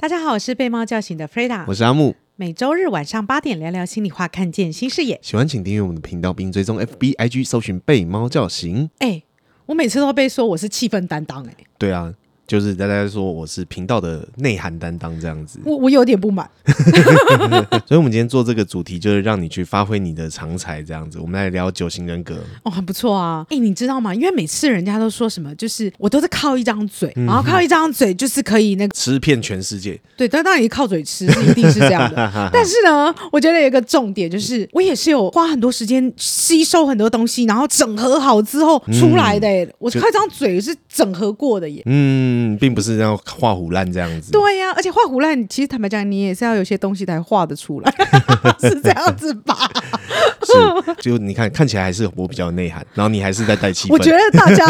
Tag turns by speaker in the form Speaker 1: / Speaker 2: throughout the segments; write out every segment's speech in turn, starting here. Speaker 1: 大家好，我是被猫叫醒的 Freda，
Speaker 2: 我是阿木，
Speaker 1: 每周日晚上八点聊聊心里话，看见新视野。
Speaker 2: 喜欢请订阅我们的频道，并追踪 FB、IG，搜寻“被猫叫醒
Speaker 1: 哎、我每次都被说我是气氛担当、哎，”。
Speaker 2: 对啊，就是大家说我是频道的内涵担当这样 子，
Speaker 1: 我我有点不满。
Speaker 2: 所以我们今天做这个主题就是让你去发挥你的长才这样子。我们来聊九型人格，
Speaker 1: 哦，很不错啊！哎、你知道吗？因为每次人家都说什么，就是我都是靠一张嘴，
Speaker 2: 嗯
Speaker 1: 然后靠一张嘴就是可以那个
Speaker 2: 吃遍全世界。
Speaker 1: 对，但当然靠嘴吃是一定是这样 的。但是呢，我觉得有一个重点就是，我也是有花很多时间吸收很多东西，然后整合好之后出来的、哎我靠一张嘴是整合过的耶。
Speaker 2: 嗯，并不是要画虎烂这样子。
Speaker 1: 对呀、而且画虎烂，其实坦白讲，你也是要有些东西才画得出来， 是这样子吧？啊
Speaker 2: 是，就你看看起来还是我比较有内涵，然后你还是在带气氛。
Speaker 1: 我觉得大家，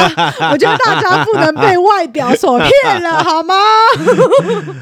Speaker 1: 我 觉得大家不能被外表所骗 了，好吗？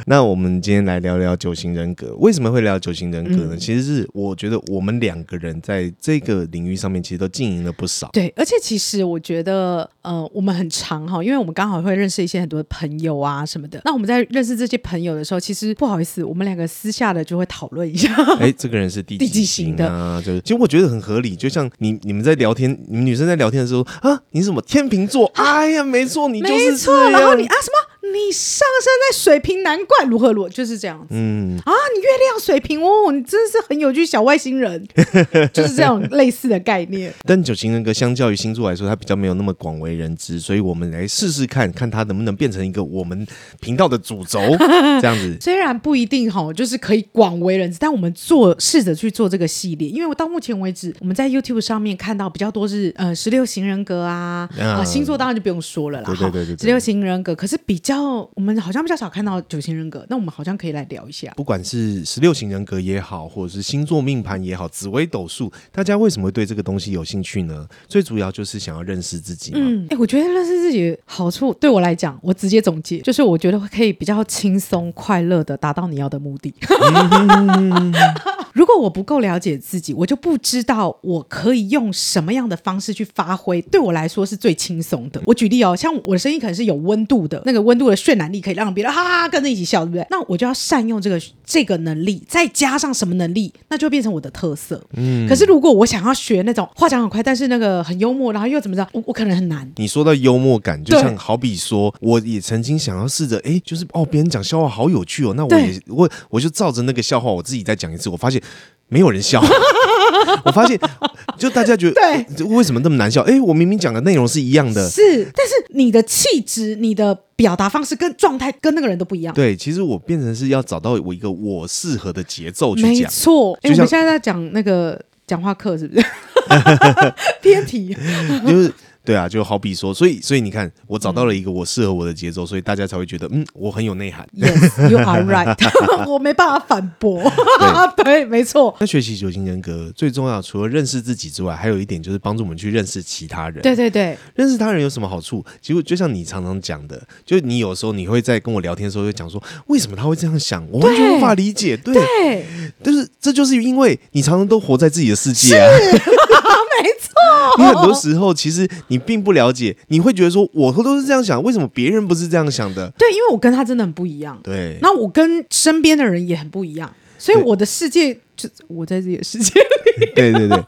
Speaker 2: 那我们今天来聊聊九型人格，为什么会聊九型人格
Speaker 1: 嗯
Speaker 2: 呢？其实是我觉得我们两个人在这个领域上面其实都经营了不少。
Speaker 1: 对，而且其实我觉得，呃，我们很长哈，因为我们刚好会认识一些很多朋友啊什么的。那我们在认识这些朋友的时候，其实不好意思，我们两个私下的就会讨论一下。
Speaker 2: 哎，这个人是地
Speaker 1: 地基
Speaker 2: 型
Speaker 1: 型的
Speaker 2: 啊，就是其实我觉得很合理。就像你你们在聊天，你们女生在聊天的时候啊，你是什么天秤座？哎呀，没错，你就
Speaker 1: 啊没
Speaker 2: 是
Speaker 1: 错，
Speaker 2: 这
Speaker 1: 然后
Speaker 2: 样
Speaker 1: 你。啊什么？你上升在水瓶，难怪如何如何，就是这样子。
Speaker 2: 嗯，
Speaker 1: 啊，你月亮水瓶哦，你真的是很有趣小外星 人，就是这种类似的概念。
Speaker 2: 但九型人格相较于星座来说，它比较没有那么广为人知，所以我们来试试看，看它能不能变成一个我们频道的主 轴，这样子。
Speaker 1: 虽然不一定哈，就是可以广为人知，但我们做试着去做这个系列，因为我到目前为止，我们在 YouTube 上面看到比较多是呃十六型人格啊，啊、
Speaker 2: 嗯
Speaker 1: 星座当然就不用说了啦，
Speaker 2: 对对对对对
Speaker 1: 十六型人格，可是比较我们好像比较少看到九型人格，那我们好像可以来聊一下。
Speaker 2: 不管是十六型人格也好，或者是星座命盘也好，紫微斗数，大家为什么会对这个东西有兴趣呢？最主要就是想要认识自己嘛。
Speaker 1: 嗯，哎、我觉得认识自己好处对我来讲，我直接总结就是，我觉得可以比较轻松快乐的达到你要的目的。 如果我不够了解自己，我就不知道我可以用什么样的方式去发挥，对我来说是最轻松的。我举例哦，像我的声音可能是有温度的，那个温度的渲染力可以让别人哈哈哈跟着一起笑，对不对？那我就要善用这个这个能力，再加上什么能力，那就变成我的特色。嗯，可是如果我想要学那种话讲很快，但是那个很幽默，然后又怎么着，我我可能很难。
Speaker 2: 你说到幽默感，就
Speaker 1: 对
Speaker 2: 像好比说，我也曾经想要试着，哎，就是哦，别人讲笑话好有趣哦，那我
Speaker 1: 对
Speaker 2: 也我我就照着那个笑话，我自己再讲一次，我发现没有人笑。 我发现，就大家觉得，
Speaker 1: 对
Speaker 2: 为什么那么难笑？哎，我明明讲的内容是一样的。
Speaker 1: 是，但是你的气质、你的表达方式跟状态跟那个人都不一样。
Speaker 2: 对，其实我变成是要找到我一个我适合的节奏去
Speaker 1: 没
Speaker 2: 讲。
Speaker 1: 错，哎、
Speaker 2: 就
Speaker 1: 我
Speaker 2: 像
Speaker 1: 们现在在讲那个讲话课，是不 是？偏题。
Speaker 2: 就是对啊，就好比说，所以所以你看，我找到
Speaker 1: 嗯
Speaker 2: 了一个我适合我的节奏，所以大家才会觉得，嗯，我很有内涵。
Speaker 1: Yes, you are right 。 我没办法反驳。 对，没错。
Speaker 2: 那学习九型人格最重要，除了认识自己之外，还有一点就是帮助我们去认识其他人。
Speaker 1: 对对对，
Speaker 2: 认识他人有什么好处？其实就像你常常讲的，就是你有时候你会在跟我聊天的时候，就讲说为什么他会这样想，我完全
Speaker 1: 对
Speaker 2: 无法理解。对，
Speaker 1: 对，
Speaker 2: 就是这就是因为你常常都活在自己的世界啊。
Speaker 1: 没错。
Speaker 2: 你很多时候其实你并不了解，你会觉得说我都是这样想，为什么别人不是这样想的？
Speaker 1: 对，因为我跟他真的很不一样，
Speaker 2: 对，
Speaker 1: 那我跟身边的人也很不一样，所以
Speaker 2: 对
Speaker 1: 我的世界就我在自己的世界。
Speaker 2: 对对对，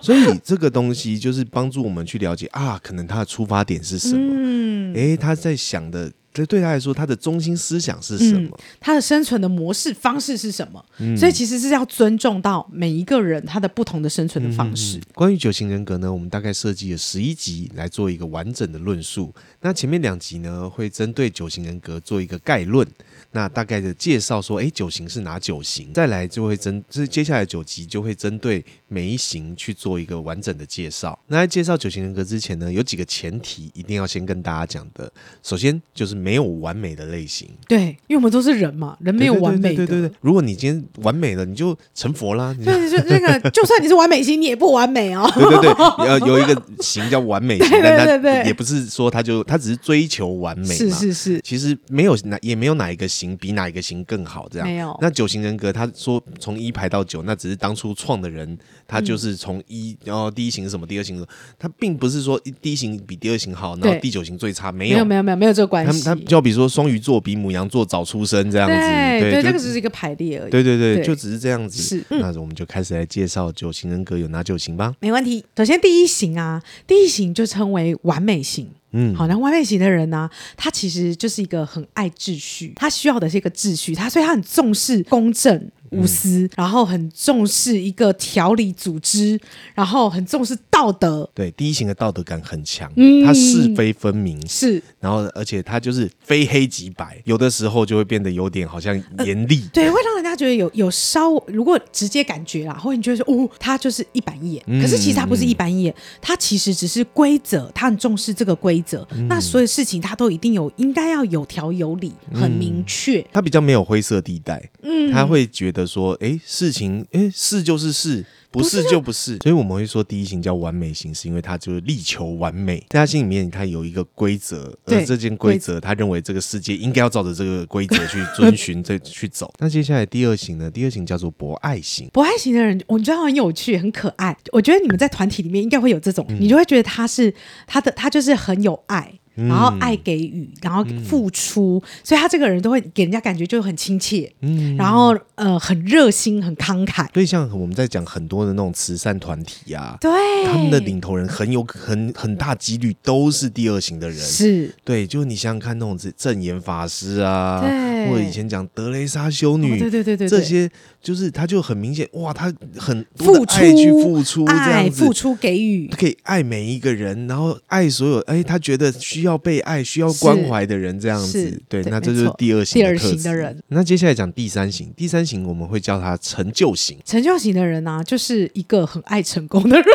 Speaker 2: 所以这个东西就是帮助我们去了解啊，可能他的出发点是什么？
Speaker 1: 嗯，
Speaker 2: 诶，他在想的，这对他来说，他的中心思想是什么？
Speaker 1: 他的生存的模式方式是什么？
Speaker 2: 嗯
Speaker 1: 所以其实是要尊重到每一个人他的不同的生存的方式。
Speaker 2: 嗯关于九型人格呢，我们大概设计了十一集来做一个完整的论述。那前面两集呢，会针对九型人格做一个概论，那大概的介绍说，诶，九型是哪九型？再来就会针，这接下来九集就会针对每一型去做一个完整的介绍。那在介绍九型人格之前呢，有几个前提一定要先跟大家讲的。首先就是没有完美的类型，
Speaker 1: 对，因为我们都是人嘛，人没有完美的。
Speaker 2: 嗯对对对对对对如果你今天完美了，你就成佛啦。你
Speaker 1: 对就那个，就算你是完美型，你也不完美 哦。
Speaker 2: 对对对，呃，有一个型叫完美型，
Speaker 1: 对对对
Speaker 2: 但
Speaker 1: 对
Speaker 2: 他也不是说他就他只是追求完美嘛。
Speaker 1: 是是是，
Speaker 2: 其实没有哪也没有哪一个型比哪一个型更好，这样
Speaker 1: 没有
Speaker 2: 那九型人格，他说从一排到九，那只是当初创的人，他就是从一，
Speaker 1: 嗯
Speaker 2: 然后第一型是什么，第二型是什么，他并不是说一第一型比第二型好，然后
Speaker 1: 对
Speaker 2: 第九型最差，没
Speaker 1: 没有没有没有没有这个关
Speaker 2: 他们
Speaker 1: 系。
Speaker 2: 他它就比如说双鱼座比母羊座早出生这样子，
Speaker 1: 对对，
Speaker 2: 对，
Speaker 1: 这
Speaker 2: 就
Speaker 1: 个只是一个排列而已。
Speaker 2: 对对对，
Speaker 1: 对
Speaker 2: 就只是这样子。
Speaker 1: 是，嗯，
Speaker 2: 那我们就开始来介绍九型人格有哪九型吧。
Speaker 1: 没问题。首先第一型啊，第一型就称为完美型。
Speaker 2: 嗯，
Speaker 1: 好，那完美型的人呢、他其实就是一个很爱秩序，他需要的是一个秩序，他所以他很重视公正。无私，然后很重视一个条理组织，然后很重视道德，
Speaker 2: 对，第一型的道德感很强，
Speaker 1: 嗯
Speaker 2: 他是非分明，
Speaker 1: 是
Speaker 2: 然后而且他就是非黑即白，有的时候就会变得有点好像严 厉。
Speaker 1: 对，会让人家觉得有有稍，如果直接感觉啦，会你觉得说，哦，他就是一板一眼。可是其实他不是一板一眼，他其实只是规则，他很重视这个规则。那所有事情他都一定有，应该要有条有理，很明确。
Speaker 2: 他比较没有灰色地带，
Speaker 1: 嗯，
Speaker 2: 他会觉得说，哎，事情，哎，是就是是，不是就不是。所以我们会说第一型叫完美型，是因为他就是力求完美，在他心里面他有一个规则，而
Speaker 1: 对
Speaker 2: 这件规则他认为这个世界应该要照着这个规则去遵 循，这去走。那接下来第二型呢？第二型叫做博爱型，
Speaker 1: 博爱型的人，哦我觉得他很有趣，很可爱。我觉得你们在团体里面应该会有这种，你就会觉得他是他的，他就是很有爱。然后爱给予，然后付出，所以他这个人都会给人家感觉就很亲切，
Speaker 2: 嗯
Speaker 1: 然后呃很热心，很慷慨，
Speaker 2: 所以像我们在讲很多的那种慈善团体啊，
Speaker 1: 对，
Speaker 2: 他们的领头人很有很很大几率都是第二型的人。
Speaker 1: 是
Speaker 2: 对，就你想想看，那种正正言法师啊，
Speaker 1: 对
Speaker 2: 或者以前讲德蕾莎修
Speaker 1: 哦
Speaker 2: 女，
Speaker 1: 对对对对，
Speaker 2: 这
Speaker 1: 对
Speaker 2: 些就是他就很明显，哇，他很多
Speaker 1: 付
Speaker 2: 的爱去
Speaker 1: 出
Speaker 2: 付出这
Speaker 1: 爱
Speaker 2: 样子
Speaker 1: 付。出给予
Speaker 2: 他，可以爱每一个人，然后爱所有哎，他觉得需要被爱、需要关怀的人，这样子
Speaker 1: 是。
Speaker 2: 对，
Speaker 1: 对
Speaker 2: 那这
Speaker 1: 没
Speaker 2: 就是
Speaker 1: 错
Speaker 2: 第二型
Speaker 1: 第
Speaker 2: 的
Speaker 1: 二
Speaker 2: 特
Speaker 1: 型
Speaker 2: 质
Speaker 1: 的人。
Speaker 2: 那接下来讲第三型，第三型我们会叫他成就型。
Speaker 1: 成就型的人呢、就是一个很爱成功 的人，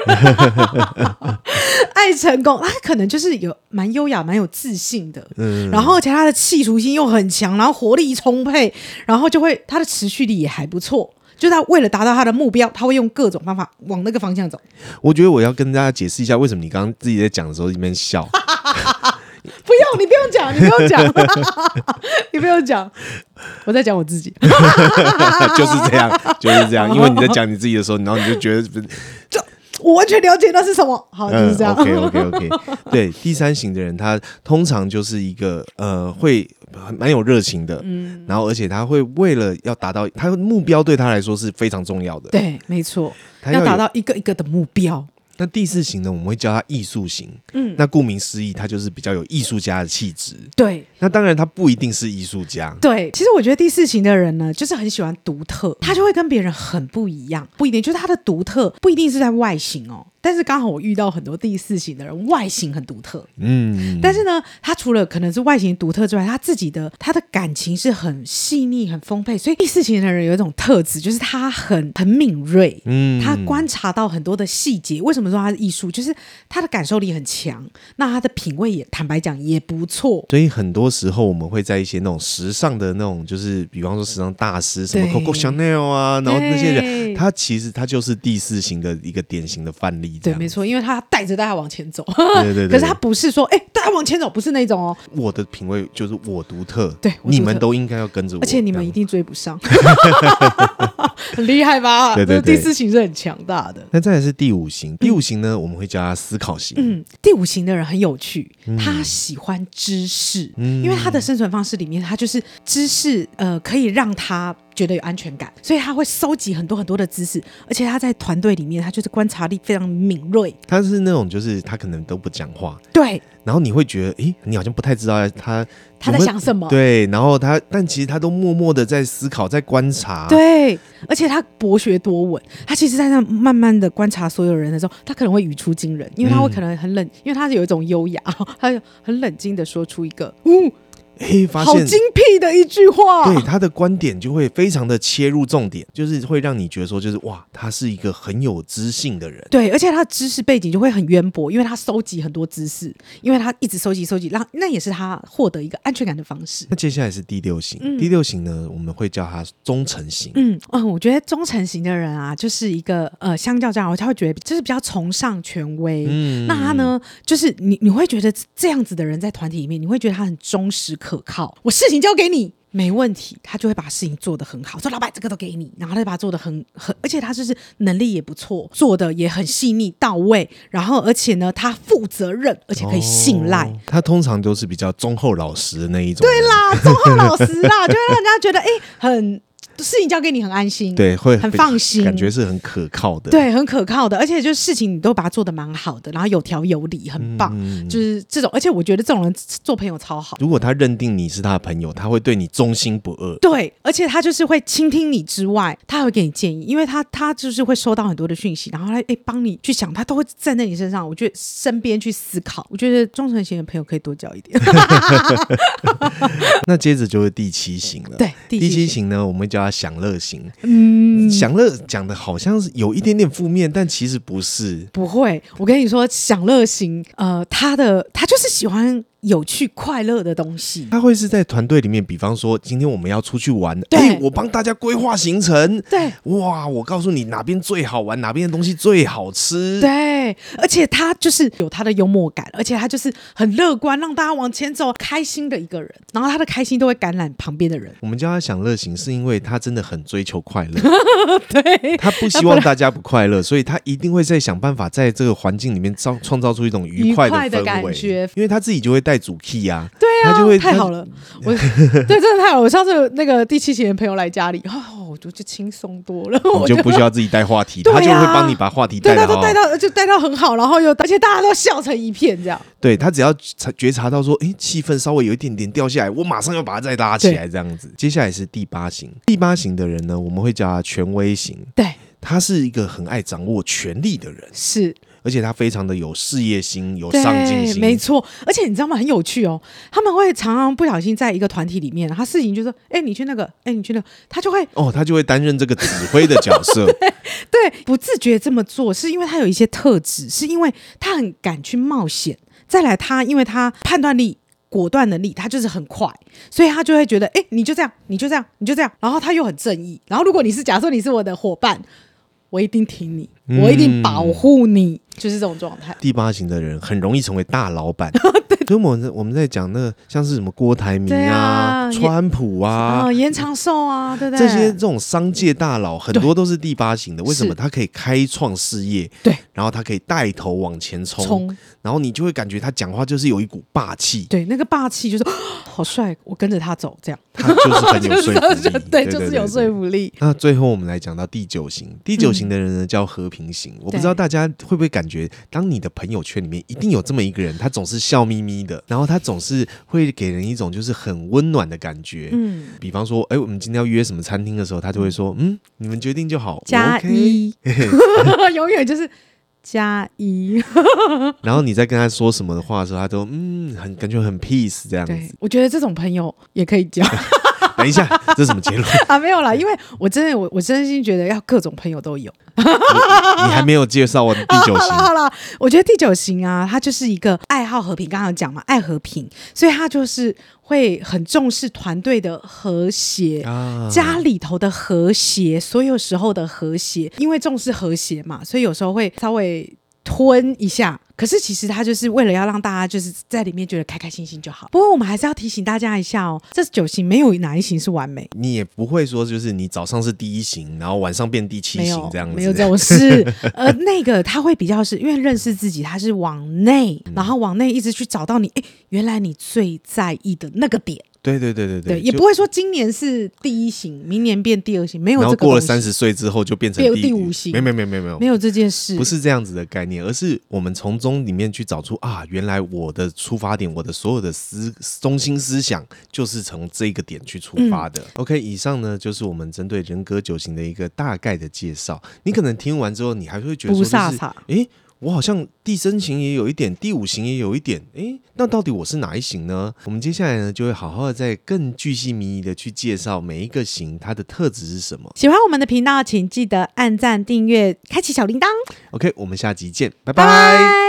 Speaker 1: 爱成功，他可能就是有蛮优雅、蛮有自信的。
Speaker 2: 嗯，
Speaker 1: 然后，而且他的企图心又很强，然后活力充沛，然后就会他的持续力也还不错。就他为了达到他的目标，他会用各种方法往那个方向走。
Speaker 2: 我觉得我要跟大家解释一下，为什么你刚刚自己在讲的时候一边笑，
Speaker 1: 不用，你不用讲，你不用讲，你不用讲，我在讲我自己。
Speaker 2: 就是这样，就是这样，因为你在讲你自己的时候，然后你就觉得 不是
Speaker 1: 我完全了解那是什么。好，哦就是这样。
Speaker 2: 嗯 OK OK OK，对， 第三型的人，他通常就是一个呃，会蛮有热情的，嗯，然后而且他会为了要达到他的目标，对他来说是非常重要的。
Speaker 1: 对，没错，
Speaker 2: 他要
Speaker 1: 要
Speaker 2: 有
Speaker 1: 达到一个一个的目标。
Speaker 2: 那第四型呢，我们会叫他艺术型，嗯，那顾名思义，他就是比较有艺术家的气质。
Speaker 1: 对
Speaker 2: 那当然，他不一定是艺术家，
Speaker 1: 对，其实我觉得第四型的人呢，就是很喜欢独特，他就会跟别人很不一样，不一定就是他的独特不一定是在外形哦。但是刚好我遇到很多第四型的人，外形很独特，
Speaker 2: 嗯，
Speaker 1: 但是呢，他除了可能是外形独特之外，他自己的他的感情是很细腻、很丰沛。所以第四型的人有一种特质，就是他很很敏锐，
Speaker 2: 嗯
Speaker 1: 他观察到很多的细节。为什么说他是艺术？就是他的感受力很强，那他的品味也坦白讲也不错。
Speaker 2: 所以很多时候我们会在一些那种时尚的那种，就是比方说时尚大师，什么
Speaker 1: 对
Speaker 2: Coco Chanel 啊，然后那些人，
Speaker 1: 对
Speaker 2: 他其实他就是第四型的一个典型的范例。这
Speaker 1: 对，
Speaker 2: 样
Speaker 1: 没错，因为他带着大家往前走，
Speaker 2: 对 对对。
Speaker 1: 可是他不是说，哎、大家往前走，不是那种哦，
Speaker 2: 我的品味就是我独特，
Speaker 1: 对我独特
Speaker 2: 你们都应该要跟着我，
Speaker 1: 而且你们
Speaker 2: 这
Speaker 1: 一
Speaker 2: 样。
Speaker 1: 定追不 上，很厉害吧？
Speaker 2: 对对
Speaker 1: 这第
Speaker 2: 对
Speaker 1: 四型是很强大的。
Speaker 2: 那再来是第五型，第五型呢，我们会叫它思考型。
Speaker 1: 嗯，第五型的人很有趣，
Speaker 2: 嗯
Speaker 1: 他喜欢知识，因为他的生存方式里面，他就是知识，呃，可以让他觉得有安全感，所以他会收集很多很多的知识，而且他在团队里面，他就是观察力非常敏锐，
Speaker 2: 他是那种就是他可能都不讲话，
Speaker 1: 对，
Speaker 2: 然后你会觉得，诶，你好像不太知道他
Speaker 1: 他在
Speaker 2: 有没有
Speaker 1: 想什么，
Speaker 2: 对，啊然后他但其实他都默默的在思考，在观察，
Speaker 1: 对，而且他博学多闻，他其实在那慢慢的观察所有人的时候，他可能会语出惊人，因
Speaker 2: 嗯
Speaker 1: 为他会可能很冷，因为他是有一种优雅， 他就很冷静的说出一个，嗯，
Speaker 2: 诶，发
Speaker 1: 好
Speaker 2: 现
Speaker 1: 精辟的一句话，
Speaker 2: 对他的观点就会非常的切入重点，就是会让你觉得说，就是哇，他是一个很有知性的人。
Speaker 1: 对，而且他的知识背景就会很渊博，因为他收集很多知识，因为他一直收集收集，让那也是他获得一个安全感的方式。
Speaker 2: 那接下来是第六型，第六型呢，我们会叫他忠诚型。
Speaker 1: 嗯嗯，我觉得忠诚型的人啊，就是一个呃，相较这样，他会觉得就是比较崇尚权威。
Speaker 2: 嗯
Speaker 1: 那他呢，就是你你会觉得这样子的人在团体里面，你会觉得他很忠实可靠，我事情交给你。没问题，他就会把事情做得很好，说老板这个都给你，然后他就把它做得很 很，而且他就是能力也不错，做的也很细腻到位，然后而且呢，他负责任，而且可以信赖。
Speaker 2: 嗯哦他通常都是比较忠厚老实的那一种。对啦，
Speaker 1: 啊，忠厚老实啦，就会让人家觉得哎、很事情交给你很安心，
Speaker 2: 对，会
Speaker 1: 很放心
Speaker 2: 感觉是很可靠的。，
Speaker 1: 对，很可靠的，而且就是事情你都把它做得蛮好的，然后有条有理，很
Speaker 2: 嗯
Speaker 1: 棒，就是这种。而且我觉得这种人做朋友超好。
Speaker 2: 如果他认定你是他的朋友，他会对你忠心不二。
Speaker 1: 对，而且他就是会倾听你之外，他还会给你建议，因为他他就是会收到很多的讯息，然后他哎帮你去想，他都会站在你身上，我觉得身边去思考。我觉得忠诚型的朋友可以多交一点。
Speaker 2: 那接着就是第七型了。
Speaker 1: 对，第
Speaker 2: 第
Speaker 1: 七
Speaker 2: 七
Speaker 1: 型
Speaker 2: 型呢，我们叫它享乐型。嗯，享乐讲的好像是有一点点负面，但其实不是。
Speaker 1: 不会，我跟你说，享乐型，呃，他的他就是喜欢有趣快乐的东西。
Speaker 2: 他会是在团队里面，比方说今天我们要出去玩，
Speaker 1: 对
Speaker 2: 哎、我帮大家规划行程。
Speaker 1: 对，
Speaker 2: 哇，我告诉你哪边最好玩，哪边的东西最好吃。
Speaker 1: 对，而且他就是有他的幽默感，而且他就是很乐观，让大家往前走，开心的一个人。然后他的开心都会感染旁边的人。
Speaker 2: 我们叫他享乐型，是因为他真的很追求快乐，
Speaker 1: 对，
Speaker 2: 他不希望大家不快乐，所以他一定会在想办法在这个环境里面造创造出一种愉快
Speaker 1: 愉快的
Speaker 2: 氛围，
Speaker 1: 感觉
Speaker 2: 因为他自己就会带主 key 啊，
Speaker 1: 对啊，
Speaker 2: 他就会
Speaker 1: 太好了。我对，真的太好了。我上次有那个第七期的朋友来家里，哦，我就就轻松多了。
Speaker 2: 你
Speaker 1: 我
Speaker 2: 就不需要自己带话题，
Speaker 1: 对
Speaker 2: 他就会
Speaker 1: 啊
Speaker 2: 帮你把话题带哦
Speaker 1: 对，
Speaker 2: 到
Speaker 1: 他都带到就带到很好，然后又而且大家都笑成一片，这样。
Speaker 2: 对他只要察觉察到说，诶，气氛稍微有一点点掉下来，我马上要把它再拉起来，这样子。接下来是第八型，第八型的人呢，我们会叫他权威型，
Speaker 1: 对，
Speaker 2: 他是一个很爱掌握权力的人，
Speaker 1: 是
Speaker 2: 而且他非常的有事业心，有
Speaker 1: 对，
Speaker 2: 上进心，
Speaker 1: 没错。而且你知道吗？很有趣哦，他们会常常不小心在一个团体里面，他事情就说：“哎，你去那个，哎，你去那个。”他就会
Speaker 2: 哦，他就会担任这个指挥的角色，
Speaker 1: 对，不自觉这么做，是因为他有一些特质，是因为他很敢去冒险。再来他，因为他判断力、果断能力，他就是很快，所以他就会觉得，哎、你就这样，你就这样，你就这样。然后他又很正义。然后如果你是假设你是我的伙伴，我一定挺你，
Speaker 2: 嗯
Speaker 1: 我一定保护你，就是这种状态。
Speaker 2: 第八型的人很容易成为大老 板。所以我们我们在讲那个像是什么郭台铭
Speaker 1: 对
Speaker 2: 啊、
Speaker 1: 啊也
Speaker 2: 川普啊
Speaker 1: 啊、、延长寿啊，对不对？
Speaker 2: 这些这种商界大佬很多都是第八型的，为什么他可以开创事业？
Speaker 1: 对，
Speaker 2: 然后他可以带头往前冲，
Speaker 1: 冲，
Speaker 2: 然后你就会感觉他讲话就是有一股霸气，
Speaker 1: 对，那个霸气就是哦好帅，我跟着他走，这样，
Speaker 2: 他就是很 有
Speaker 1: 就是
Speaker 2: 说服力，
Speaker 1: 对，就是有说
Speaker 2: 对。
Speaker 1: 服力。
Speaker 2: 那最后我们来讲到第九型，第九型的人呢叫和平型。
Speaker 1: 嗯
Speaker 2: 我不知道大家会不会感觉，当你的朋友圈里面一定有这么一个人，他总是笑眯眯的，然后他总是会给人一种就是很温暖的感觉。
Speaker 1: 嗯，
Speaker 2: 比方说，哎、我们今天要约什么餐厅的时候，他就会说，嗯，你们决定就好，我
Speaker 1: 加
Speaker 2: OK
Speaker 1: 一， 永远就是加一。
Speaker 2: 然后你在跟他说什么的话的时候，他都嗯，很感觉很 peace 这样
Speaker 1: 对
Speaker 2: 子。，
Speaker 1: 我觉得这种朋友也可以交
Speaker 2: 等一下，这是什么结论？
Speaker 1: 啊，没有啦，因为我真的我我真心觉得要各种朋友都有。
Speaker 2: 你还没有介绍完第
Speaker 1: 好
Speaker 2: 九
Speaker 1: 了
Speaker 2: 型，
Speaker 1: 好了，我觉得第九型啊，他就是一个爱好和平，刚刚有讲嘛，爱和平，所以他就是会很重视团队的和谐。
Speaker 2: 啊
Speaker 1: 家里头的和谐，所有时候的和谐，因为重视和谐嘛，所以有时候会稍微吞一下。可是其实他就是为了要让大家就是在里面觉得开开心心就好。不过我们还是要提醒大家一下哦，这九型没有哪一型是完美，
Speaker 2: 你也不会说就是你早上是第一型，然后晚上变第七
Speaker 1: 没
Speaker 2: 型
Speaker 1: 有
Speaker 2: 这样子，
Speaker 1: 没有这种事。呃，那个他会比较是因为认识自己，他是往内，然后往内一直去找到你，哎，原来你最在意的那个点。
Speaker 2: 对对对对
Speaker 1: 对，也
Speaker 2: 就
Speaker 1: 不会说今年是第一型，明年变第二型，没有
Speaker 2: 然
Speaker 1: 这
Speaker 2: 后
Speaker 1: 个
Speaker 2: 过了
Speaker 1: 东西
Speaker 2: 三十岁之后就变成
Speaker 1: 变第五型
Speaker 2: 没有没有没有没有没有
Speaker 1: 没有这件事，
Speaker 2: 不是这样子的概念，而是我们从中里面去找出啊，原来我的出发点，我的所有的思中心思想就是从这个点去出发的。OK，以上呢就是我们针对人格九型的一个大概的介绍。你可能听完之后，你还会觉得说、
Speaker 1: 不
Speaker 2: 就是，
Speaker 1: 飒飒。
Speaker 2: 诶，我好像第三型也有一点，第五型也有一点，诶，那到底我是哪一型呢？我们接下来呢就会好好的再更具细迷疑的去介绍每一个型它的特质是什么。
Speaker 1: 喜欢我们的频道，请记得按赞、订阅、开启小铃铛。
Speaker 2: OK，我们下集见，拜
Speaker 1: 拜
Speaker 2: 拜
Speaker 1: 拜。